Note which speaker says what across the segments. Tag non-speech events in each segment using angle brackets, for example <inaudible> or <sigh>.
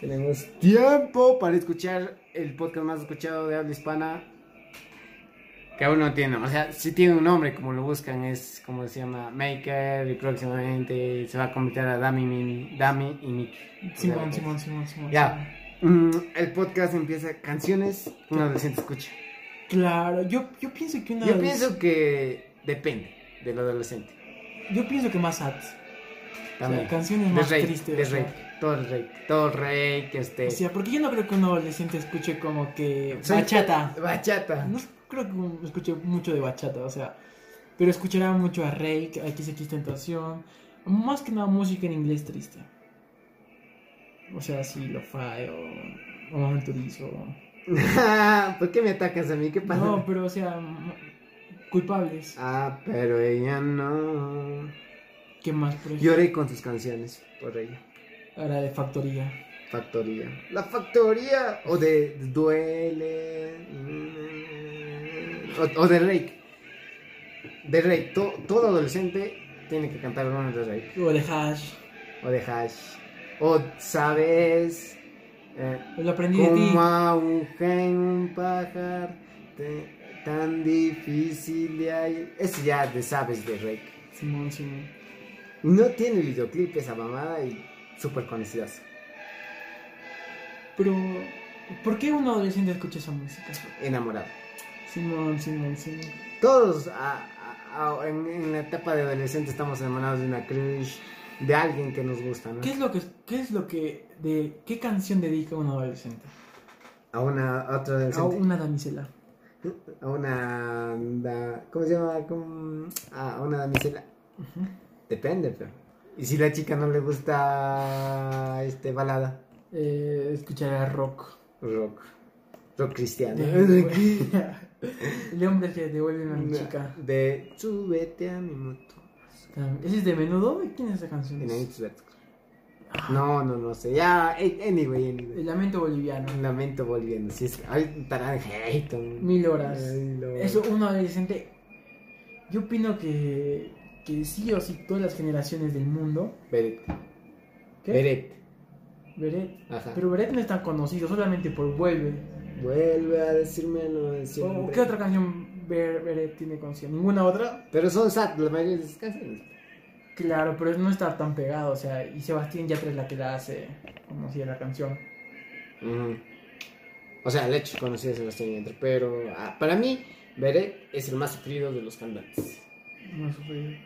Speaker 1: Tenemos tiempo para escuchar el podcast más escuchado de habla hispana. Que aún no tiene, o sea, sí tiene un nombre, como lo buscan, es como se llama Maker y próximamente se va a convertir a Dami, Mini, Dami y Nick.
Speaker 2: Simón, Simón, Simón, Simón.
Speaker 1: Ya, mm, el podcast empieza canciones, un adolescente escucha.
Speaker 2: Claro, yo, yo pienso que una
Speaker 1: Yo
Speaker 2: vez-
Speaker 1: pienso que depende del adolescente.
Speaker 2: yo pienso que más sad.
Speaker 1: También.
Speaker 2: O sea, canciones
Speaker 1: De
Speaker 2: más
Speaker 1: rey,
Speaker 2: tristes,
Speaker 1: de
Speaker 2: o sea.
Speaker 1: rey, todo el rey, todo el rey, que este...
Speaker 2: O sea, porque yo no creo que un adolescente escuche como que
Speaker 1: Soy-
Speaker 2: bachata.
Speaker 1: Bachata.
Speaker 2: No creo que un- escuche mucho de bachata, o sea, pero escuchará mucho a Rey, a XX Tentación, más que nada música en inglés triste. O sea, si lo fi o, o Anturiz, o-
Speaker 1: <laughs> ¿Por qué me atacas a mí? ¿Qué pasa?
Speaker 2: No, pero o sea, m- culpables.
Speaker 1: Ah, pero ella no.
Speaker 2: ¿Qué más, por ejemplo?
Speaker 1: Lloré con sus canciones por ella.
Speaker 2: Ahora de factoría.
Speaker 1: Factoría. La factoría. O de Duele. mm, O, o de Rake. De Rake. To- todo adolescente tiene que cantar una de Rake.
Speaker 2: O de hash.
Speaker 1: O de Hash. O sabes. Eh,
Speaker 2: Lo aprendí de ti.
Speaker 1: Como aguja en un pajar te- tan difícil de ahí. Es ya de sabes de Rake.
Speaker 2: Simón, Simón.
Speaker 1: No tiene videoclip esa mamada y súper conocidas.
Speaker 2: Pero, ¿por qué un adolescente escucha esa música?
Speaker 1: Enamorado.
Speaker 2: Simón, Simón, Simón.
Speaker 1: Todos a- a- a- en, en la etapa de adolescente estamos enamorados de una crush, de alguien que nos gusta, ¿no?
Speaker 2: ¿Qué es lo que, qué es lo que, de, qué canción dedica un adolescente?
Speaker 1: A una a otra
Speaker 2: A
Speaker 1: adolescente.
Speaker 2: una damisela.
Speaker 1: A una. da- ¿Cómo se llama? ¿Cómo? A una damisela.
Speaker 2: Ujú.
Speaker 1: Depende, pero. ¿Y si la chica no le gusta este balada?
Speaker 2: Eh, escuchará rock.
Speaker 1: Rock. Rock cristiano.
Speaker 2: <laughs> El hombre que devuelve a mi chica.
Speaker 1: De súbete a mi moto.
Speaker 2: ¿Ese es de menudo? ¿Quién es esa canción?
Speaker 1: En el suerte. Pues, ah. No, no, no sé. Ya, eh, anyway, anyway.
Speaker 2: El lamento boliviano.
Speaker 1: Lamento volviendo. Si es ay, Taranjeton.
Speaker 2: Mil horas.
Speaker 1: Mil horas.
Speaker 2: Eso, un adolescente. Yo opino que, que sí o sí, todas las generaciones del mundo.
Speaker 1: Beret.
Speaker 2: ¿Qué?
Speaker 1: Beret.
Speaker 2: Beret.
Speaker 1: Ajá.
Speaker 2: Pero Beret no es tan conocido, solamente por Vuelve.
Speaker 1: Vuelve a decírmelo de siempre.
Speaker 2: ¿O Oh, qué otra canción Ber- Beret tiene conocida? ¿Ninguna otra?
Speaker 1: Pero son sad la mayoría de sus canciones.
Speaker 2: Claro, pero no está tan pegado, o sea, y Sebastián Yatra es la que la hace conocida la canción.
Speaker 1: Ujú. O sea, Leche conocida se las tenía dentro. Pero ah, para mí, Beret es el más sufrido de los cantantes.
Speaker 2: No supe.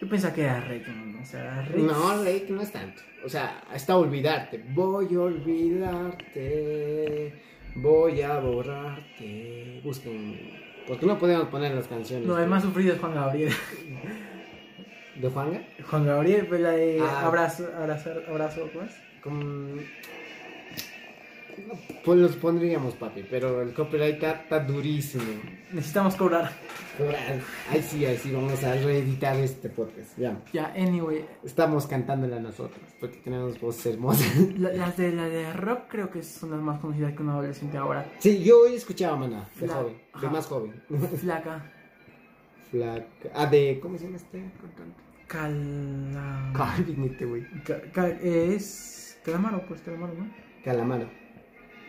Speaker 2: Yo pensaba que era Rey, ¿no? o sea, Rey.
Speaker 1: No, Rey, que no es tanto. O sea, hasta olvidarte. Voy a olvidarte. Voy a borrarte. Busquen. Porque no podemos poner las canciones.
Speaker 2: No,
Speaker 1: de-
Speaker 2: el más sufrido es Juan Gabriel. <laughs>
Speaker 1: ¿De Juanga?
Speaker 2: Juan Gabriel, pues, la de
Speaker 1: Ah.
Speaker 2: abrazo, abrazo, abrazo, pues.
Speaker 1: Con... Pues los pondríamos, papi. Pero el copyright está, está durísimo.
Speaker 2: Necesitamos cobrar. <laughs>
Speaker 1: Ahí sí, ahí sí, vamos a reeditar este podcast. Ya.
Speaker 2: Ya, anyway.
Speaker 1: Estamos cantándola nosotros. Porque tenemos voces hermosas. <laughs>
Speaker 2: la- las de la de rock creo que son las más conocidas que un adolescente
Speaker 1: <laughs>
Speaker 2: ahora.
Speaker 1: Sí, yo hoy escuchaba Maná. De
Speaker 2: La-
Speaker 1: joven. De
Speaker 2: ajá.
Speaker 1: más joven.
Speaker 2: Flaca.
Speaker 1: Flaca. Ah, de. ¿Cómo se llama este
Speaker 2: <laughs>
Speaker 1: cantante?
Speaker 2: Cala.
Speaker 1: Calvinete, güey.
Speaker 2: Ca- ca- es. Calamaro, pues Calamaro, ¿no?
Speaker 1: Calamaro.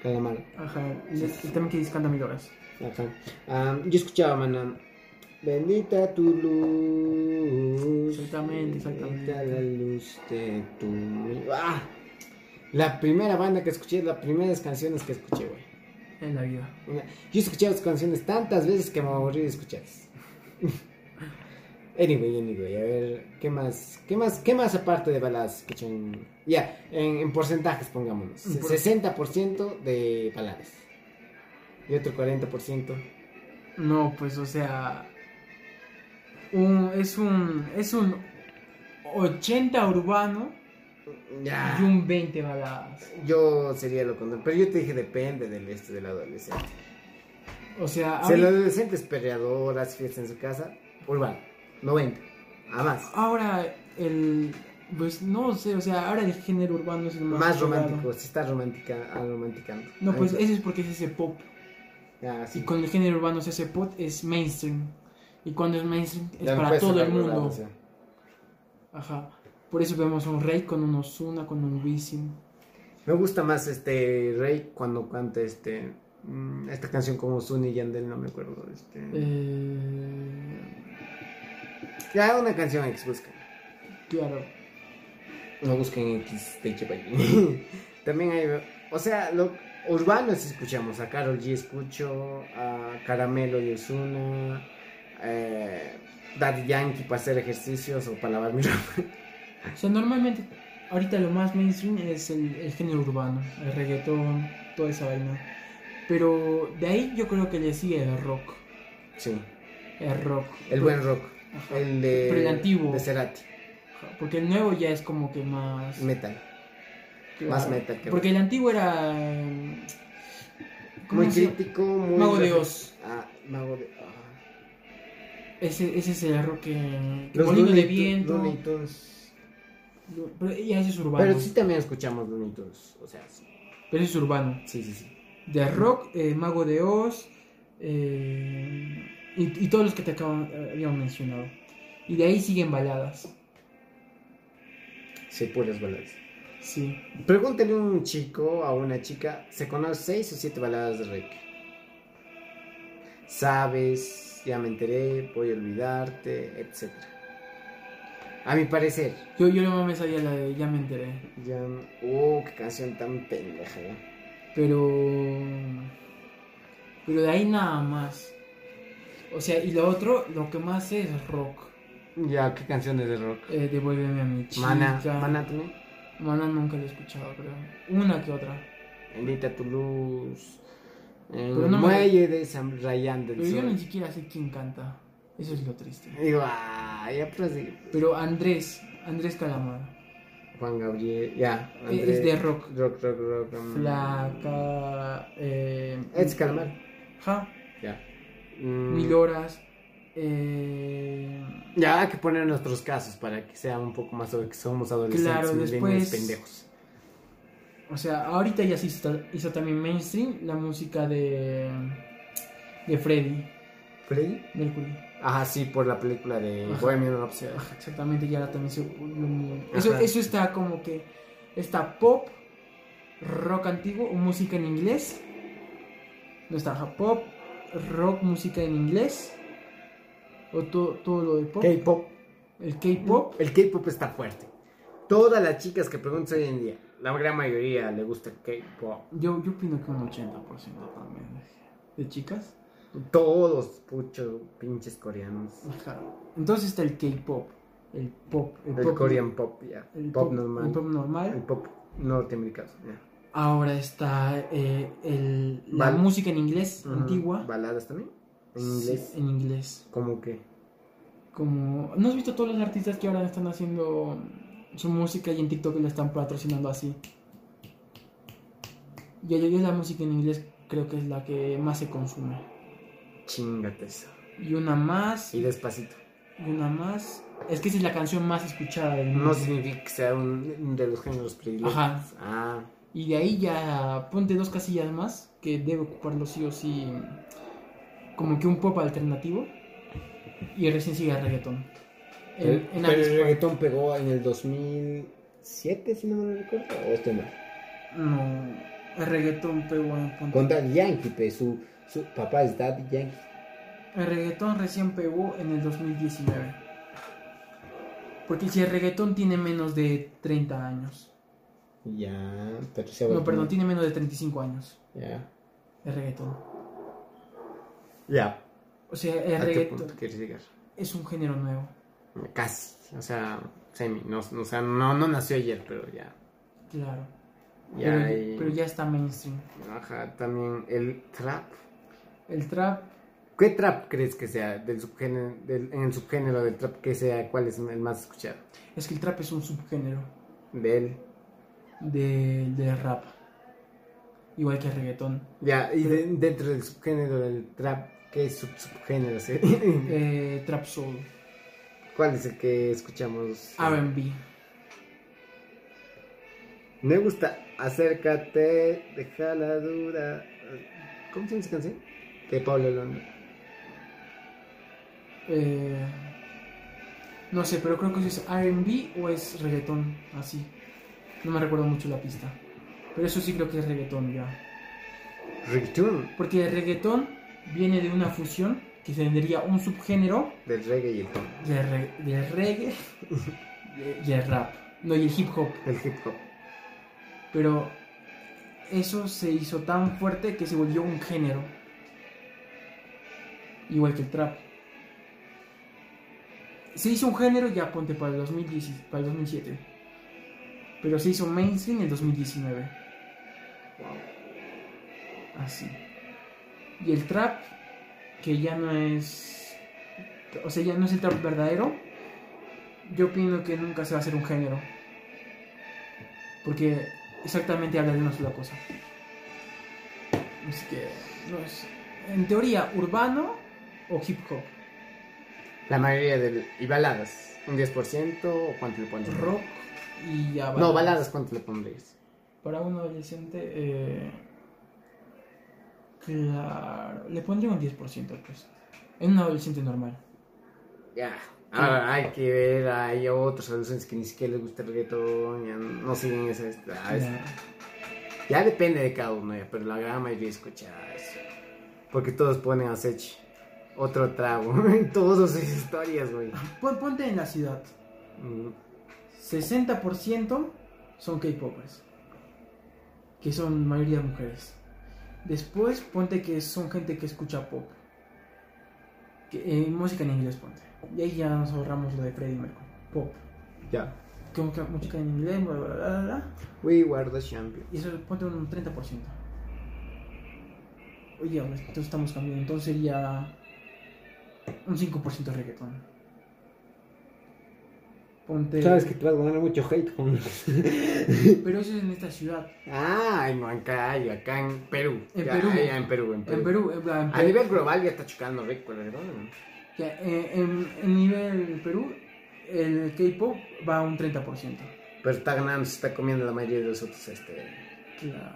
Speaker 1: Calamaro.
Speaker 2: Ajá. Y, y también que dice canta mil horas.
Speaker 1: Ajá. Am, yo escuchaba, maná. Bendita tu luz.
Speaker 2: Exactamente, exactamente.
Speaker 1: Bendita la luz de tu. ¡Ah! La primera banda que escuché, las primeras canciones que escuché, güey.
Speaker 2: En la vida.
Speaker 1: Una- Yo escuché las canciones tantas veces que me aburrí de escucharlas. <laughs> anyway, anyway, a ver, ¿qué más? ¿Qué más? ¿Qué más aparte de baladas escuchan? Ya, en, en porcentajes pongámonos.
Speaker 2: En por-
Speaker 1: 60% de baladas. Y otro 40%.
Speaker 2: No, pues, o sea. un- es un. Es un 80 urbano
Speaker 1: Ya.
Speaker 2: y un 20 baladas.
Speaker 1: Yo sería lo contrario. Pero yo te dije depende del este del adolescente.
Speaker 2: O sea,
Speaker 1: Si el
Speaker 2: ahorita-
Speaker 1: adolescente es perreador, hace fiesta en su casa, urbano, 90. A más.
Speaker 2: ahora el. Pues no sé, o sea, ahora el género urbano es el más.
Speaker 1: Más
Speaker 2: pegado.
Speaker 1: romántico, si está romántica, ah, romanticando.
Speaker 2: No, pues
Speaker 1: Ahí
Speaker 2: eso es porque es ese pop.
Speaker 1: está. Ah, sí.
Speaker 2: Y con el género urbano se hace pop, es mainstream. Y cuando es mainstream, es
Speaker 1: Ya no
Speaker 2: para
Speaker 1: puedes
Speaker 2: todo el
Speaker 1: hablar
Speaker 2: mundo.
Speaker 1: urbano, o sea.
Speaker 2: Ajá. Por eso vemos a un Rey con un Ozuna, con un Wisin.
Speaker 1: Me gusta más este Rey cuando canta este mm, esta canción como Sunny y Yandel, no me acuerdo. Este...
Speaker 2: Eh,
Speaker 1: Ya, una canción X, busca.
Speaker 2: claro.
Speaker 1: No busquen X de <laughs> También hay, o sea, lo urbano sí escuchamos. A Carol G escucho, a Caramelo y Ozuna, eh, Daddy Yankee para hacer ejercicios o para lavar mi ropa. <laughs>
Speaker 2: O sea, normalmente ahorita lo más mainstream es el, el género urbano, el reggaetón, toda esa vaina. Pero de ahí yo creo que le sigue el rock.
Speaker 1: Sí,
Speaker 2: El rock.
Speaker 1: el buen rock.
Speaker 2: Ajá.
Speaker 1: El de,
Speaker 2: Pero el antiguo.
Speaker 1: de Cerati,
Speaker 2: Ajá, Porque el nuevo ya es como que más...
Speaker 1: metal.
Speaker 2: claro.
Speaker 1: más metal que
Speaker 2: Porque el antiguo era... mm, ¿cómo
Speaker 1: Muy
Speaker 2: se llama?
Speaker 1: crítico, muy.
Speaker 2: Mago de Oz.
Speaker 1: Ah, Mago de ah.
Speaker 2: Ese, ese es el rock que... Molino de
Speaker 1: Looney Tu-
Speaker 2: viento.
Speaker 1: Looney Tunes.
Speaker 2: Lo- Pero ya ese es urbano.
Speaker 1: Pero sí también escuchamos Looney Tunes. O sea, sí,
Speaker 2: Pero ese es urbano.
Speaker 1: sí, sí. sí.
Speaker 2: De rock, eh, Mago de Oz eh, y, y todos los que te acaban, habíamos mencionado. Y de ahí siguen baladas.
Speaker 1: Sí, puras baladas.
Speaker 2: Sí.
Speaker 1: Pregúntale a un chico a una chica, ¿se conoce seis o siete baladas de Rick? Sabes, ya me enteré, voy a olvidarte, etc. A mi parecer,
Speaker 2: Yo, yo no me sabía la de Ya me enteré.
Speaker 1: ya... ¡Oh, qué canción tan pendeja! ¿eh?
Speaker 2: Pero. Pero de ahí nada más. O sea, y lo otro, lo que más es rock.
Speaker 1: Ya, qué canciones de rock.
Speaker 2: Eh, Devuélveme a mi chica.
Speaker 1: Mana, Mana también.
Speaker 2: Mana nunca lo he escuchado, creo. Una que otra.
Speaker 1: Bendita tu luz. El
Speaker 2: Pero no me-
Speaker 1: muelle de San Rayán del
Speaker 2: Pero yo ni
Speaker 1: Sur.
Speaker 2: siquiera sé quién canta. Eso es lo triste.
Speaker 1: Digo, ah, ya pero sí.
Speaker 2: Pero Andrés, Andrés Calamar.
Speaker 1: Juan Gabriel, ya.
Speaker 2: Es-
Speaker 1: André-
Speaker 2: Eh, Es de rock.
Speaker 1: Rock, rock, rock. mm.
Speaker 2: Flaca. Eh,
Speaker 1: Eds Calamar.
Speaker 2: Ajá.
Speaker 1: Ya. Mm,
Speaker 2: Mil horas. Eh,
Speaker 1: ya hay que poner nuestros casos para que sea un poco más sobre que somos adolescentes
Speaker 2: Claro,
Speaker 1: millennials,
Speaker 2: después-
Speaker 1: pendejos.
Speaker 2: o sea, ahorita ya se hizo, hizo también mainstream la música de. de Freddy
Speaker 1: ¿Freddy?
Speaker 2: Mercury.
Speaker 1: Ajá, sí, por la película de
Speaker 2: Ajá.
Speaker 1: Bohemian Rhapsody.
Speaker 2: Ajá, exactamente, ya también se. Eso,
Speaker 1: Ajá.
Speaker 2: eso está como que. Está pop, rock antiguo, o música en inglés. No está ajá, pop, rock, música en inglés. O to- todo lo de pop.
Speaker 1: K-pop.
Speaker 2: El K-pop.
Speaker 1: El K-pop está fuerte. Todas las chicas que preguntan hoy en día, la gran mayoría le gusta K-pop.
Speaker 2: Yo, yo opino que un 80% también. ¿De chicas?
Speaker 1: Todos, pucho, pinches coreanos.
Speaker 2: Ajá. Entonces está el K-pop. El pop. El,
Speaker 1: El
Speaker 2: pop-
Speaker 1: Korean pop, ya.
Speaker 2: el
Speaker 1: pop, normal.
Speaker 2: El pop
Speaker 1: El
Speaker 2: normal.
Speaker 1: pop norteamericano, ya.
Speaker 2: Ahora está eh, el, la
Speaker 1: Bal-
Speaker 2: música en inglés antigua.
Speaker 1: Ujú. Baladas también. En inglés.
Speaker 2: Sí, en inglés.
Speaker 1: Como que.
Speaker 2: Como... ¿No has visto todos los artistas que ahora están haciendo su música y en TikTok la están patrocinando así? Yo, yo, yo la música en inglés creo que es la que más se consume.
Speaker 1: Chingate eso.
Speaker 2: Y una más...
Speaker 1: Y despacito.
Speaker 2: Y una más. Es que esa es la canción más escuchada del mundo.
Speaker 1: No significa que sea un, un de los géneros predilectos.
Speaker 2: Ajá.
Speaker 1: Ah,
Speaker 2: Y de ahí ya ponte dos casillas más que debe ocuparlo sí o sí. Como que un pop alternativo. Y recién sigue el reggaetón. En, en
Speaker 1: Eh, pero el
Speaker 2: Alice
Speaker 1: reggaetón pegó en el 2007, si no me recuerdo, o estoy mal.
Speaker 2: Park. No, el reggaetón pegó en punto.
Speaker 1: Con Daddy Yankee, pues, su, su papá es Daddy Yankee.
Speaker 2: El reggaetón recién pegó en el 2019. Porque si el reggaetón tiene menos de 30 años.
Speaker 1: Ya, pero se
Speaker 2: No, perdón, tiene menos de 35 años.
Speaker 1: Ya.
Speaker 2: El reggaetón.
Speaker 1: Ya.
Speaker 2: O sea, el
Speaker 1: ¿A qué punto
Speaker 2: reggaetón
Speaker 1: quieres llegar?
Speaker 2: es un género nuevo.
Speaker 1: Casi. O sea, semi. No, o sea, no, no nació ayer, pero ya.
Speaker 2: Claro.
Speaker 1: Ya
Speaker 2: pero,
Speaker 1: hay-
Speaker 2: pero ya está mainstream.
Speaker 1: Ajá, también el trap.
Speaker 2: El trap,
Speaker 1: ¿Qué trap crees que sea del subgénero, del- en el subgénero del trap que sea? ¿Cuál es el más escuchado?
Speaker 2: es que el trap es un subgénero
Speaker 1: Del.
Speaker 2: de, de rap. Igual que el reggaetón.
Speaker 1: Ya, y de- dentro del subgénero del trap, ¿qué sub- subgénero es?
Speaker 2: Eh, trap soul,
Speaker 1: <laughs> ¿Cuál es el que escuchamos?
Speaker 2: RB.
Speaker 1: Me gusta Acércate, deja la duda. ¿Cómo se llama esa canción? De Pablo Londra.
Speaker 2: eh, no sé, pero creo que eso es RB o es reggaetón, así. No me recuerdo mucho la pista. Pero eso sí creo que es reggaetón ya.
Speaker 1: Reggaeton
Speaker 2: Porque el reggaetón viene de una fusión que se vendría un subgénero
Speaker 1: del reggae y el pop,
Speaker 2: de, re- de
Speaker 1: <laughs>
Speaker 2: reggae y- y el rap. No, y el hip hop.
Speaker 1: el hip hop.
Speaker 2: Pero eso se hizo tan fuerte que se volvió un género. Igual que el trap. Se hizo un género ya ponte para el, 2017, para el 2007. Pero se hizo mainstream en el 2019. Así. Y el trap, que ya no es. O sea, ya no es el trap verdadero. Yo opino que nunca se va a hacer un género. Porque exactamente habla de una sola cosa. Así que, no es. En teoría, urbano o hip hop.
Speaker 1: La mayoría del... Y baladas. ¿Un 10% o cuánto le pones?
Speaker 2: Rock y ya
Speaker 1: No, baladas, ¿cuánto le pondrías?
Speaker 2: Para un adolescente, eh, claro, le pondría un 10%, pues. En un adolescente normal.
Speaker 1: Ya. Ahora hay que ver, hay otros adolescentes que ni siquiera les gusta el reggaetón, ya no siguen esa... a esa-
Speaker 2: Ya.
Speaker 1: Ya depende de cada uno, ya, pero la gran mayoría escucha eso. Porque todos ponen aceche. Otro trago. <laughs> todos sus historias, güey.
Speaker 2: Pon- ponte en la ciudad.
Speaker 1: Mm,
Speaker 2: 60% son K-popers, que son mayoría mujeres. Después ponte que son gente que escucha pop, que, eh, música en inglés ponte. Y ahí ya nos ahorramos lo de Freddie Mercury, pop,
Speaker 1: Ya.
Speaker 2: que música- música en inglés, bla, bla, bla, bla, bla.
Speaker 1: We were the champion.
Speaker 2: y eso ponte un 30%. Oye, hombre, pues, entonces estamos cambiando, entonces sería un 5% reggaetón. Ponte...
Speaker 1: te vas a ganar mucho hate con.
Speaker 2: Pero eso es en esta ciudad.
Speaker 1: ah, en Huancayo, acá en Perú.
Speaker 2: En
Speaker 1: Ya,
Speaker 2: Perú.
Speaker 1: ya, en Perú, en Perú.
Speaker 2: En Perú, en plan,
Speaker 1: A nivel global ya está chocando rico el reggaetón.
Speaker 2: que, eh, en, en nivel Perú, el K-pop va a un 30%.
Speaker 1: Pero está ganando, se está comiendo la mayoría de los otros. Este...
Speaker 2: Claro.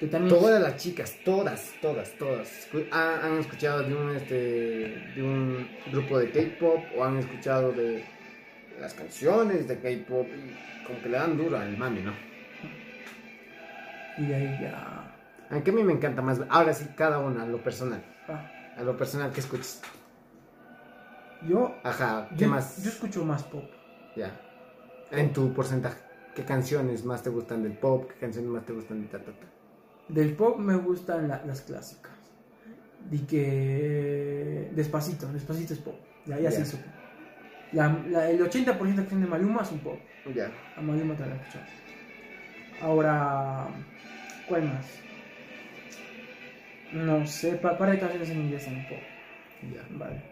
Speaker 2: Que también
Speaker 1: Todas las chicas, todas, todas, todas. escu- ha- ¿Han escuchado de un, este, de un grupo de K-pop o han escuchado de las canciones de K-pop? Y como que le dan duro al mami, ¿no?
Speaker 2: Y de ahí ya.
Speaker 1: Aunque a mí me encanta más. Ahora sí, cada una, a lo personal.
Speaker 2: ah,
Speaker 1: A lo personal que escuches.
Speaker 2: yo,
Speaker 1: Ajá, ¿qué
Speaker 2: yo,
Speaker 1: más?
Speaker 2: yo escucho más pop.
Speaker 1: Ya. En tu porcentaje, ¿qué canciones más te gustan del pop? ¿Qué canciones más te gustan de ta, ta, ta?
Speaker 2: Del pop me gustan la- las clásicas. Y que. Despacito, despacito es pop. Ya, ya se
Speaker 1: Ya.
Speaker 2: hizo pop. La, la- el 80% que tiene Maluma es un pop.
Speaker 1: Ya.
Speaker 2: A Maluma te la he escuchado. Ahora, ¿cuál más? No sé, pa para de canciones en inglés tampoco.
Speaker 1: Ya.
Speaker 2: Vale.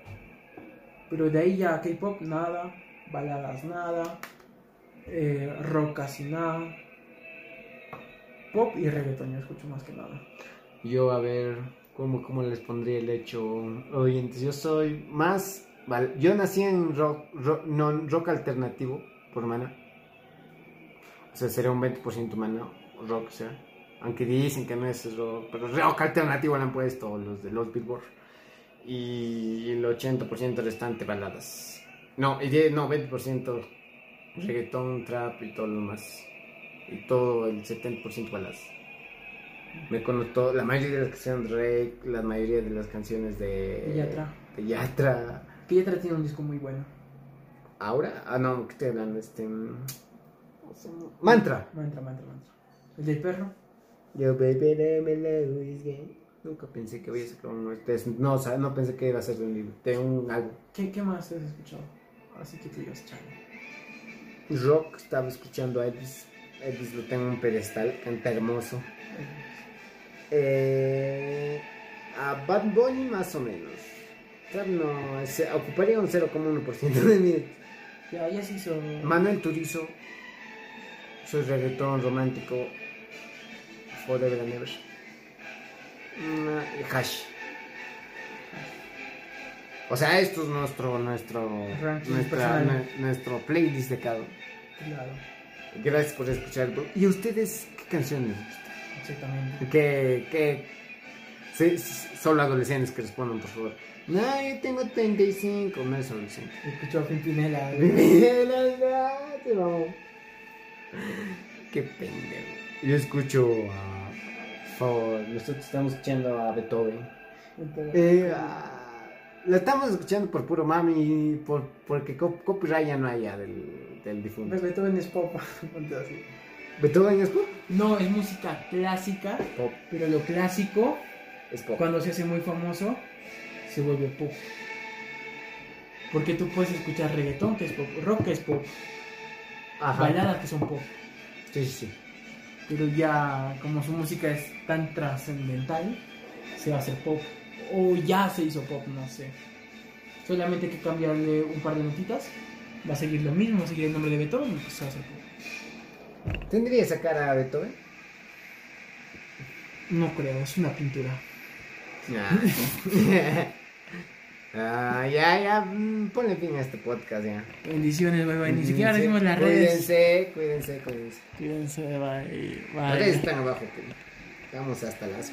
Speaker 2: Pero de ahí ya K-pop nada, baladas nada, eh, rock casi nada. Pop y reggaeton yo escucho más que nada.
Speaker 1: Yo, a ver, ¿cómo, cómo les pondría el hecho? Oyentes, yo soy más. val- Yo nací en rock, rock, no, rock alternativo, por mana. O sea, sería un 20% humano, rock, o sea. Aunque dicen que no es rock, pero rock alternativo le han puesto los de los Billboard. Y el 80% restante baladas. No, el 10, no, 20% reggaetón, trap y todo lo demás. Y todo el 70% baladas. Me conozco la mayoría de las canciones de Drake, la mayoría de las canciones de
Speaker 2: De Yatra.
Speaker 1: de Yatra.
Speaker 2: Que ya tiene un disco muy bueno.
Speaker 1: ¿Ahora? Ah, no, ¿qué estoy hablando? Este. mm, Mantra.
Speaker 2: Mantra, mantra, mantra. El del perro.
Speaker 1: Yo, baby, let me love you again. Nunca pensé que hubiese como un- este es- No, o sea, no pensé que iba a ser de un libro, de un álbum.
Speaker 2: ¿Qué, qué más has escuchado? Así que tú digas, chale.
Speaker 1: Rock, estaba escuchando a Elvis. Elvis lo tengo en un pedestal, canta hermoso. Eh, a Bad Bunny, más o menos. Trap no, se ocuparía un 0,1% de mi
Speaker 2: Ya, ya se hizo.
Speaker 1: Manuel Turizo, soy reggaetón romántico, forever and ever. Mm, y Hash. O sea, esto es nuestro, nuestro,
Speaker 2: Ranking
Speaker 1: nuestra,
Speaker 2: personal.
Speaker 1: nue- nuestro playlist de cada uno.
Speaker 2: Claro,
Speaker 1: Gracias por escuchar. bro. ¿Y a ustedes qué canciones?
Speaker 2: exactamente.
Speaker 1: Que, que, sí, sí, solo adolescentes que respondan, por favor. No, yo tengo 35, no es adolescente.
Speaker 2: Escuchó a ¿eh? Pimpinela.
Speaker 1: Vive la edad, vamos. Qué pendejo. Yo escucho a. por favor, nosotros estamos escuchando a Beethoven. Eh, ah, lo estamos escuchando por puro mami, por, porque co- copyright ya no hay ya del, del
Speaker 2: Eh.
Speaker 1: difunto.
Speaker 2: Beethoven es pop, <laughs> ponte así.
Speaker 1: ¿Beethoven es pop?
Speaker 2: No, es música clásica,
Speaker 1: Pop,
Speaker 2: pero lo clásico,
Speaker 1: es pop.
Speaker 2: cuando se hace muy famoso, se vuelve pop. Porque tú puedes escuchar reggaetón, que es pop, rock, que es pop,
Speaker 1: Ajá.
Speaker 2: baladas, que son pop.
Speaker 1: Sí, sí, sí.
Speaker 2: Pero ya, como su música es tan trascendental, se va a hacer pop. O ya se hizo pop, no sé. Solamente hay que cambiarle un par de notitas. Va a seguir lo mismo, va a seguir el nombre de Beethoven y pues se va a hacer pop.
Speaker 1: ¿Tendría esa cara a Beethoven?
Speaker 2: No creo, es una pintura.
Speaker 1: Ah. <laughs> Ah, ya, ya, mm, ponle fin a este podcast ya.
Speaker 2: Bendiciones, bye bye. Ni siquiera
Speaker 1: Cuídense,
Speaker 2: decimos las redes.
Speaker 1: Cuídense, cuídense, cuídense.
Speaker 2: Cuídense, bye.
Speaker 1: Las redes
Speaker 2: bye.
Speaker 1: están abajo, pero pues. Vamos hasta las